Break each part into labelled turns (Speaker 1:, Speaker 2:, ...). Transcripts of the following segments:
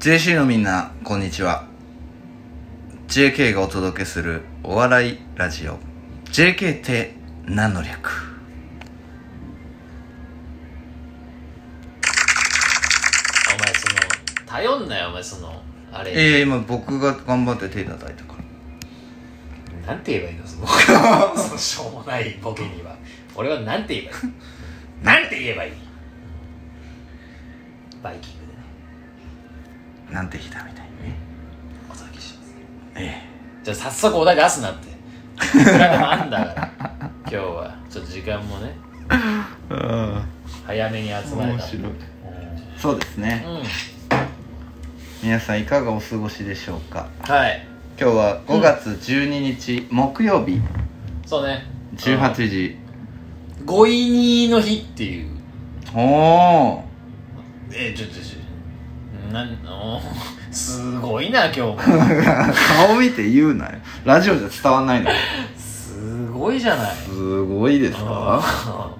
Speaker 1: JC のみんなこんにちは JK がお届けするお笑いラジオ JK って何の略
Speaker 2: お前その頼んなよお前そのあれ、
Speaker 1: ええ今僕が頑張って手叩いたから
Speaker 2: なんて言えばいいのそ のそのしょうもないボケには俺はなんて言えばいいの なんて言えばいいのバイキングでね
Speaker 1: なんて日だみたいにね
Speaker 2: お届けします
Speaker 1: え
Speaker 2: じゃあ早速お題出すなっていくらでもあんだ から今日はちょっと時間もね
Speaker 1: えあ
Speaker 2: 早めに集まれた
Speaker 1: いそうですね
Speaker 2: うん
Speaker 1: 皆さんいかがお過ごしでしょうか
Speaker 2: はい
Speaker 1: 今日は5月12日木曜日
Speaker 2: そうね
Speaker 1: 18時
Speaker 2: 5位にの日っていう
Speaker 1: おおー
Speaker 2: えー、ちょちょちょなんおーすごいな今日も
Speaker 1: 顔見て言うなよラジオじゃ伝わんないの
Speaker 2: すごいじゃない
Speaker 1: すごいですか
Speaker 2: あ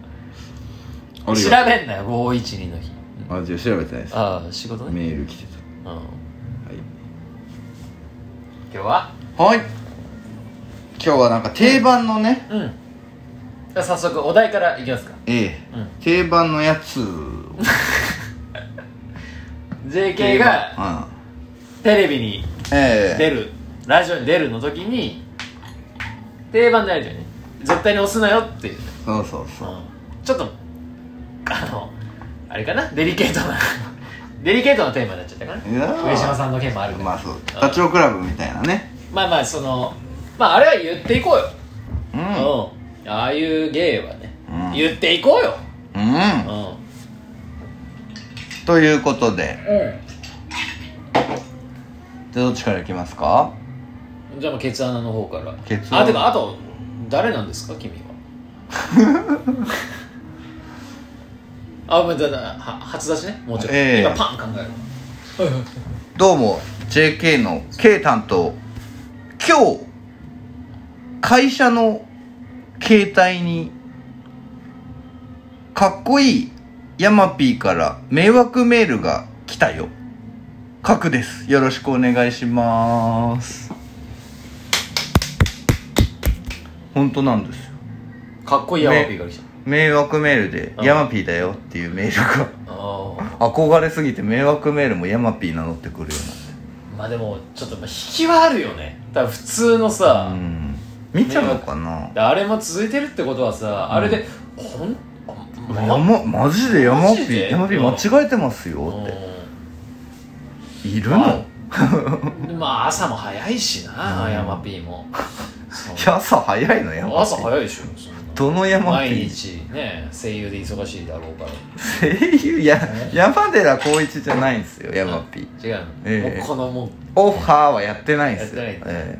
Speaker 2: ー
Speaker 1: 俺
Speaker 2: 調
Speaker 1: が
Speaker 2: べんなよ512の日
Speaker 1: あじゃあ調べてないです
Speaker 2: ああ仕事ね、
Speaker 1: メール来て
Speaker 2: うん、今日は
Speaker 1: たはいはい今日はなんか定番のね
Speaker 2: うんじゃあ早速お題からいきますか
Speaker 1: ええ
Speaker 2: うん
Speaker 1: 定番のやつを
Speaker 2: JK がテレビに
Speaker 1: うんえ
Speaker 2: 出
Speaker 1: え
Speaker 2: るラジオに出るの時に定番のやりとりね絶対に押すなよっていう、
Speaker 1: そうそう
Speaker 2: う、
Speaker 1: そうん
Speaker 2: ちょっとあのあれかなデリケートな デリケートなテーマになっちゃったか
Speaker 1: いや
Speaker 2: な
Speaker 1: ー
Speaker 2: 上島さんの件もあるから
Speaker 1: まあそうダチョウ倶楽部みたいなね
Speaker 2: まあまあそのまああれは言っていこうよ
Speaker 1: うん
Speaker 2: うん、ああいう芸はね、
Speaker 1: うん
Speaker 2: 言っていこうよ、
Speaker 1: うん
Speaker 2: う
Speaker 1: ということで
Speaker 2: ん
Speaker 1: じゃあどっちからいきますか
Speaker 2: じゃあもうケツ穴の方から
Speaker 1: ケツ穴
Speaker 2: あてかあと誰なんですか君は あごめんだだは初出しねもうちょっと、
Speaker 1: ええ
Speaker 2: 今パン考える
Speaker 1: どうも JK の K 担当今日会社の携帯にかっこいいヤマピーから迷惑メールが来たよ核ですよろしくお願いします本当なんですよ
Speaker 2: かっこいいヤマピーが来ちゃっ
Speaker 1: 迷惑メールで「ヤマピーだよ」っていうメールが
Speaker 2: たああ
Speaker 1: 憧れすぎて迷惑メールもヤマピー名乗ってくるよ
Speaker 2: まあでもちょっとまあ引きはあるよね多分普通の
Speaker 1: う
Speaker 2: さ
Speaker 1: な、うん見ちゃうのかな
Speaker 2: であれも続いてるってことはさ、あれでほんあ
Speaker 1: やま、マジで山
Speaker 2: マ
Speaker 1: ピ
Speaker 2: ジで
Speaker 1: ー山ピー間違えてます
Speaker 2: う
Speaker 1: よって
Speaker 2: ん
Speaker 1: いる
Speaker 2: ま
Speaker 1: の
Speaker 2: まあ朝も早いしな、
Speaker 1: うん
Speaker 2: ヤマピーもそう
Speaker 1: いや朝早いの山ピー
Speaker 2: 朝早いでしょそんな
Speaker 1: どの山ピ
Speaker 2: 毎
Speaker 1: ー
Speaker 2: 日ね声優で忙しいだろうから
Speaker 1: 声優や山寺宏一じゃないんですよ山ピー
Speaker 2: 違うの、
Speaker 1: ええ
Speaker 2: もうこのもう
Speaker 1: オファーはやってないんですよ
Speaker 2: やってない
Speaker 1: え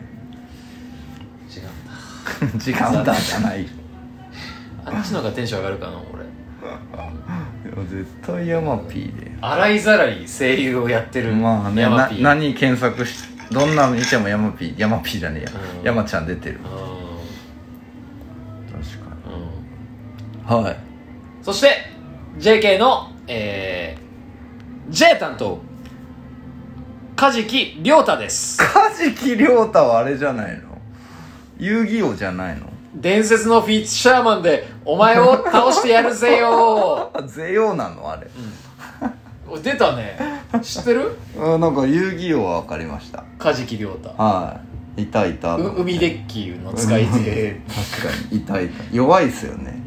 Speaker 2: 違うんだ
Speaker 1: え 時間だじゃないいや
Speaker 2: あっちの方がテンション上がるかな俺
Speaker 1: 絶対山ピーで
Speaker 2: 洗いざらい声優をやってる
Speaker 1: まあね
Speaker 2: ヤマ
Speaker 1: な
Speaker 2: ピー、
Speaker 1: 何検索しどんなの見ても山ピー山ピーじゃねえや
Speaker 2: うん
Speaker 1: 山ちゃん出てる
Speaker 2: うん
Speaker 1: 確か
Speaker 2: うん
Speaker 1: にはい
Speaker 2: そして JK のえー、J 担当梶木亮太です
Speaker 1: 梶木亮太はあれじゃないの遊戯王じゃないの
Speaker 2: 伝説のフィッシャーマンでお前を倒してやるぜよ
Speaker 1: あゼヨなのあれ、
Speaker 2: お出たね知ってる
Speaker 1: うん、なんか遊戯王は分かりました
Speaker 2: 梶木亮太
Speaker 1: はいいたいた
Speaker 2: う海デッキの使い手
Speaker 1: 確かにいたいた弱いっすよね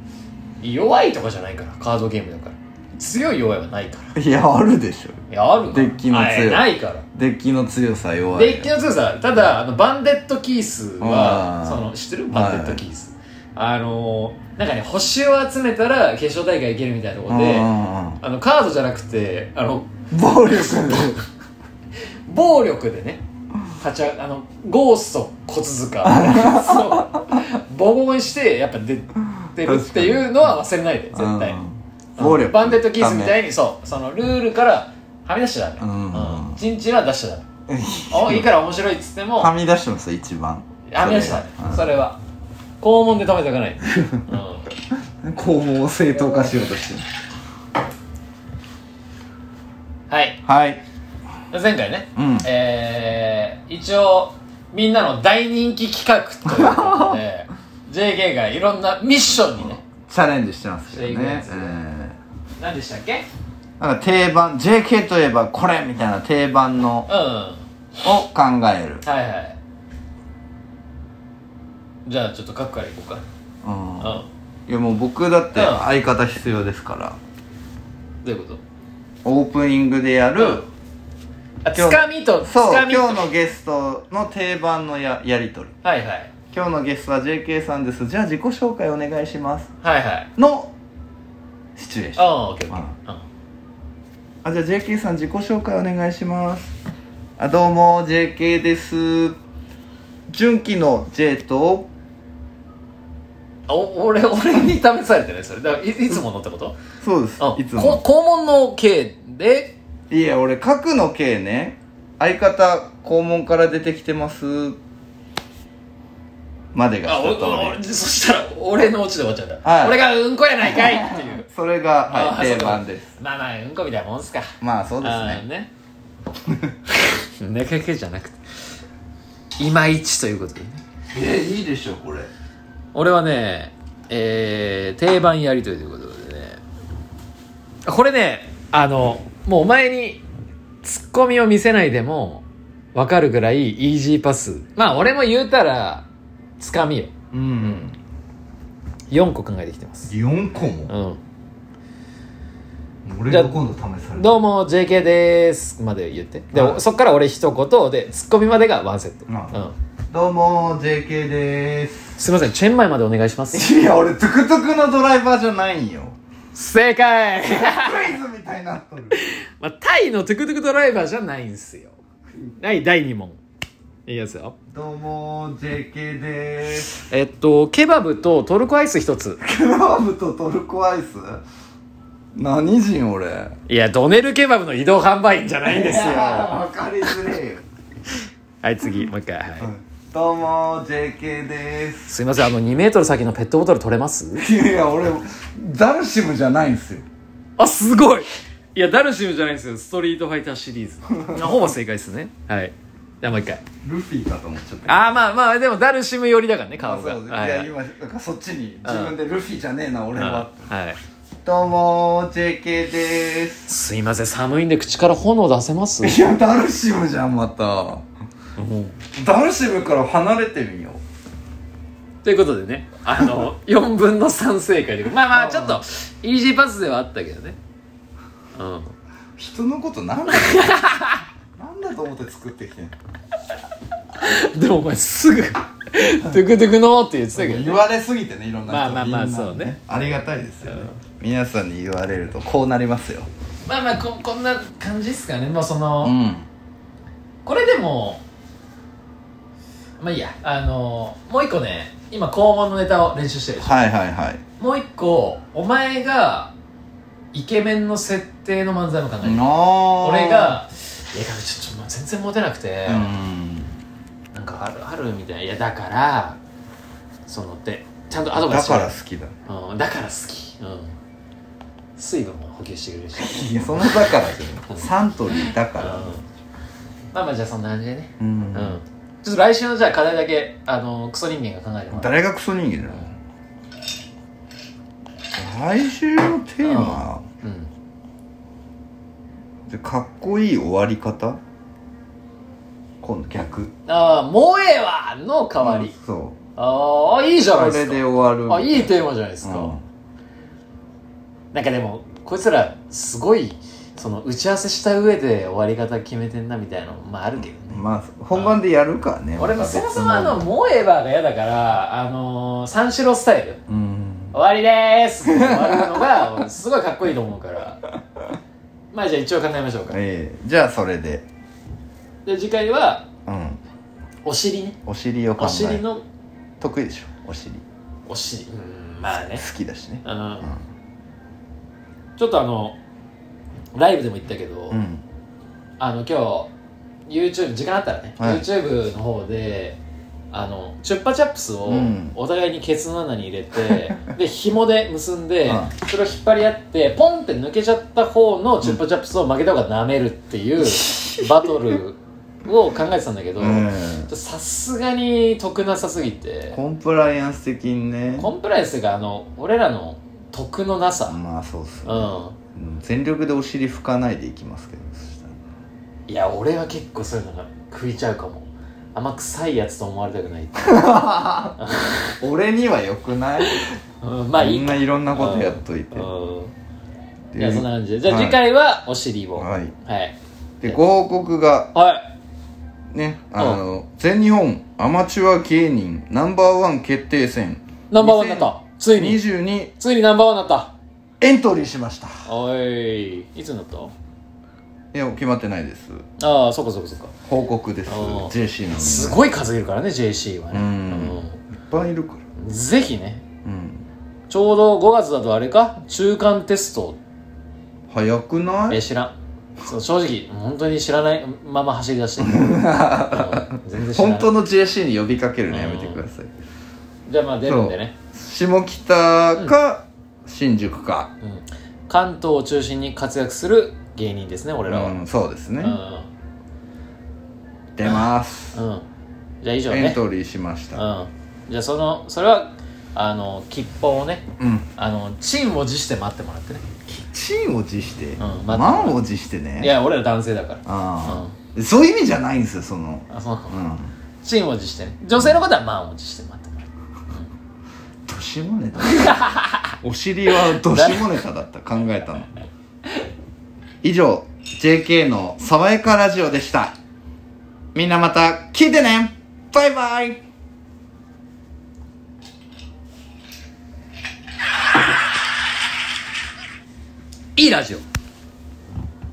Speaker 2: 弱いとかじゃないからカードゲームだから強い弱いはないから
Speaker 1: いやあるでしょ
Speaker 2: いやあるわ
Speaker 1: デッキの強い
Speaker 2: あれないから
Speaker 1: デッキの強さ弱い
Speaker 2: デッキの強さただあのバンデットキース
Speaker 1: あ
Speaker 2: は
Speaker 1: ー
Speaker 2: その知ってるバンデットキースあのーなんかね星を集めたら決勝大会行けるみたいなとこ
Speaker 1: うん
Speaker 2: ろ
Speaker 1: うん
Speaker 2: で
Speaker 1: うん
Speaker 2: あのカードじゃなくてあの
Speaker 1: 暴力で
Speaker 2: 暴力でね立ち上があのゴースト小鈴鹿 そうボコボコにしてやっぱ出てるっていうのは忘れないで絶対
Speaker 1: うん
Speaker 2: うん
Speaker 1: 暴力
Speaker 2: バンデットキースみたいにそうそのルールからはみ出しちゃダメ、
Speaker 1: うん
Speaker 2: うんチンチンは出しちゃダメおいいから面白いっつっても
Speaker 1: は
Speaker 2: は
Speaker 1: み出してますよ一番
Speaker 2: み出しちゃダメそれは肛門で止めておか ない、うん
Speaker 1: うん肛門を正当化しようとしてる
Speaker 2: はい
Speaker 1: はい
Speaker 2: 前回ね、
Speaker 1: うん
Speaker 2: えー一応みんなの大人気企画ということで JK がいろんなミッションにね
Speaker 1: チャレンジしてますけ
Speaker 2: してい
Speaker 1: ど
Speaker 2: くや
Speaker 1: ね
Speaker 2: つ、
Speaker 1: え
Speaker 2: 何でしたっけ
Speaker 1: ーなんか定番 JK といえばこれみたいな定番の
Speaker 2: うんは
Speaker 1: を考える
Speaker 2: いはいじゃあちょっと書くからいこうか
Speaker 1: うん
Speaker 2: う
Speaker 1: いやもう僕だって
Speaker 2: うん
Speaker 1: 相方必要ですから
Speaker 2: んどういうこと
Speaker 1: オープニングでやる、
Speaker 2: うんあ
Speaker 1: 今日
Speaker 2: つかみとつ
Speaker 1: そう
Speaker 2: かみと
Speaker 1: 今日のゲストの定番のややりとり
Speaker 2: はいはい
Speaker 1: 今日のゲストは JK さんですじゃあ自己紹介お願いします
Speaker 2: はいはい
Speaker 1: のシチュエーション
Speaker 2: あオッケーオッケーうん
Speaker 1: あじゃあ JK さん自己紹介お願いしますあどうも JK です純喜の J と
Speaker 2: あお俺俺に試されてないそれだからいいつものってこと
Speaker 1: そうです
Speaker 2: うん
Speaker 1: いつも
Speaker 2: こ肛門の刑で
Speaker 1: いや俺角の K ね相方肛門から出てきてますまでが
Speaker 2: あ
Speaker 1: 一通
Speaker 2: おお
Speaker 1: り
Speaker 2: そしたら俺のオチで終わっちゃった、
Speaker 1: はい
Speaker 2: 俺がうんこやないかいっていう
Speaker 1: それが、
Speaker 2: あ
Speaker 1: は
Speaker 2: ー
Speaker 1: い、定番です
Speaker 2: まあまあうんこみたいなもんすか
Speaker 1: まあそうです
Speaker 2: あー
Speaker 1: ね
Speaker 2: ねねかけじゃなくていまいちということでね
Speaker 1: えいいでしょこれ
Speaker 2: 俺はねえー、定番やりとりということでねこれねあのもうお前にツッコミを見せないでも分かるぐらいイージーパスまあ俺も言うたらつかみよ
Speaker 1: うん
Speaker 2: 4個考えてきてます
Speaker 1: 4個も
Speaker 2: うん
Speaker 1: 俺
Speaker 2: じゃあ
Speaker 1: が今度試される
Speaker 2: どうも JK ですまで言ってで、
Speaker 1: はい
Speaker 2: そっから俺一言でツッコミまでがワンセット、
Speaker 1: なるほど
Speaker 2: うん
Speaker 1: どうも JK でーす
Speaker 2: すいませんチェンマイまでお願いします
Speaker 1: いや俺トゥクトゥクのドライバーじゃないんよ
Speaker 2: 正解、
Speaker 1: クイズみたいになっとる
Speaker 2: まあ、タイのトゥクトゥクドライバーじゃないんすよはい第2問いいやつよ
Speaker 1: どうも JK でーす
Speaker 2: えっとケバブとトルコアイス一つ
Speaker 1: クラブとトルコアイス何人俺
Speaker 2: いやドネルケバブの移動販売員じゃないんですよ
Speaker 1: わ
Speaker 2: は
Speaker 1: かりづれえよ、
Speaker 2: い次もう一回、はい
Speaker 1: どうも JK でーす
Speaker 2: すいませんあの2メートル先のペットボトル取れます
Speaker 1: いやいや俺ダルシムじゃないんすよ
Speaker 2: あすごいいやダルシムじゃないんですよストリートファイターシリーズあ ほぼ正解ですねはいじゃあもう一回
Speaker 1: ルフィかと思っちゃった
Speaker 2: ああまあまあでもダルシム寄りだからね顔が
Speaker 1: そうです、
Speaker 2: はいい
Speaker 1: や
Speaker 2: はい
Speaker 1: 今なんかそっちに自分でルフィじゃねえな俺は
Speaker 2: はい
Speaker 1: どうも JK でーす
Speaker 2: すいません寒いんで口から炎出せます
Speaker 1: いやダルシムじゃんまた
Speaker 2: もう
Speaker 1: ダルシムから離れてみよ
Speaker 2: ということでねあ の4分の3正解でまあまあちょっとイージーパスではあったけどねうん
Speaker 1: 人のことなん だなんだと思って作ってきてん
Speaker 2: でもお前すぐ トゥクトゥクのって言ってたけどね
Speaker 1: 言われすぎてねいろんな人
Speaker 2: まあまあまあ
Speaker 1: みんな
Speaker 2: そうね
Speaker 1: ありがたいですよね、皆さんに言われるとこうなりますよ
Speaker 2: まあまあここんな感じっすかねまあそうの
Speaker 1: ん
Speaker 2: これでもまあいいやあのもう一個ね今肛門のネタを練習してるでしょ
Speaker 1: はいはいはい
Speaker 2: もう一個お前がイケメンの設定の漫才も考えてる
Speaker 1: の
Speaker 2: 俺が「いやちょっともう全然モテなくて、
Speaker 1: うん
Speaker 2: なんかあるある」みたいな「いやだからそのでちゃんとアドバイ
Speaker 1: だ
Speaker 2: ス
Speaker 1: から好
Speaker 2: し
Speaker 1: きだ
Speaker 2: てうん、だから好き、うん、水分も補給してくれるし、
Speaker 1: いやそのだからじゃんサントリーだ
Speaker 2: うん、
Speaker 1: か
Speaker 2: まあまあじゃあそんな感じでね
Speaker 1: らう
Speaker 2: うんん、ちょっと来週のじゃあ課題だけあのクソ人間が考えてもらう
Speaker 1: 誰がクソ人間だよ来週のテーマ
Speaker 2: うん
Speaker 1: でかっこいい終わり方今度逆
Speaker 2: ああ「萌えわ!」の代わり、
Speaker 1: そ
Speaker 2: ああいいじ
Speaker 1: う
Speaker 2: ゃ
Speaker 1: こ
Speaker 2: ないで
Speaker 1: れ
Speaker 2: す
Speaker 1: で
Speaker 2: か
Speaker 1: 終わる
Speaker 2: あいいテーマじゃないですか、
Speaker 1: うん
Speaker 2: なんかでもこいつらすごいその打ち合わせした上で終わり方決めてんなみたいなのまああるけどね、
Speaker 1: まあ本番でやるからね
Speaker 2: 俺もそもそもあの「モエバー」が嫌だからあのー、三四郎スタイル
Speaker 1: うん
Speaker 2: 「終わりでーす!」終わるのが俺すごいかっこいいと思うからまあじゃあ一応考えましょうか
Speaker 1: ええじゃあそれで
Speaker 2: で次回は
Speaker 1: うん
Speaker 2: お尻ね
Speaker 1: お尻を考
Speaker 2: お
Speaker 1: え
Speaker 2: 尻
Speaker 1: る
Speaker 2: の
Speaker 1: 得意でしょお尻
Speaker 2: お尻うんまあね
Speaker 1: 好きだしね
Speaker 2: う
Speaker 1: うんん
Speaker 2: ちょっとあのライブでも言ったけど、
Speaker 1: うん
Speaker 2: あの今日 YouTube 時間あったらね、
Speaker 1: はい
Speaker 2: YouTube の方であのチュッパチャップスを
Speaker 1: うん
Speaker 2: お互いにケツの穴に入れ て、で紐で結んで、
Speaker 1: うん
Speaker 2: それを引っ張り合ってポンって抜けちゃった方のチュッパチャップスを負けた方が舐めるって いうバトルを考えてたんだけど
Speaker 1: うん
Speaker 2: さすがに得なさすぎて
Speaker 1: コンプライアンス的にね
Speaker 2: コンプライアンスがあの俺らの得のなさ、
Speaker 1: まあそうっすね
Speaker 2: うん、
Speaker 1: うん全力でお尻拭かないでいきますけどそしたら
Speaker 2: いや俺は結構そういうのが食いちゃうかもあんま臭いやつと思われたくない、
Speaker 1: 俺には良くない
Speaker 2: うん、まあい
Speaker 1: み
Speaker 2: い
Speaker 1: ん
Speaker 2: か
Speaker 1: ないろんなことやっといて
Speaker 2: うんい
Speaker 1: で
Speaker 2: やそんな感じでじゃあ
Speaker 1: はい
Speaker 2: 次回はお尻を
Speaker 1: はい
Speaker 2: はい
Speaker 1: でご報告が
Speaker 2: はい
Speaker 1: ねあの、全日本アマチュア芸人ナンバーワン決定戦
Speaker 2: ナンバーワンになったついに
Speaker 1: 22
Speaker 2: ついにナンバーワンになった
Speaker 1: エントリーしました
Speaker 2: おいいつになった
Speaker 1: いや決まってないです
Speaker 2: ああそっかそっかそっか
Speaker 1: 報告です
Speaker 2: あー
Speaker 1: JC なのですい
Speaker 2: ごい数いるからね JC はね
Speaker 1: うんいっぱいいるから
Speaker 2: うんぜひね
Speaker 1: うん
Speaker 2: ちょうど5月だとあれか中間テスト
Speaker 1: 早くな
Speaker 2: え
Speaker 1: い
Speaker 2: 知らんそう正直本当に知らないまま走り 出してる、うん全然知らな
Speaker 1: 本
Speaker 2: い
Speaker 1: 当の JC に呼びかけるのやめてください
Speaker 2: じゃあまあ出るんでね、
Speaker 1: 下北か新宿か
Speaker 2: うん、関東を中心に活躍する芸人ですね俺らは、
Speaker 1: うんそうです
Speaker 2: う
Speaker 1: ね
Speaker 2: ん
Speaker 1: 出ます
Speaker 2: うん、じゃあ以上
Speaker 1: エン
Speaker 2: ね、
Speaker 1: トリーしました
Speaker 2: うん、じゃあそのそれはあの切符をね
Speaker 1: うん
Speaker 2: あのチンを持して待ってもらってね
Speaker 1: チンを持して
Speaker 2: ん待って
Speaker 1: 満を持してね
Speaker 2: いや俺ら男性だから
Speaker 1: ああそういう意味じゃないんですよその
Speaker 2: あそう
Speaker 1: うん
Speaker 2: チンを持してね女性の方は満を持して待ってもらって
Speaker 1: 年も ネタお尻は年もネタだった考えたの以上 JK の爽やかラジオでしたみんなまた聞いてねバイバイ
Speaker 2: いいラジオ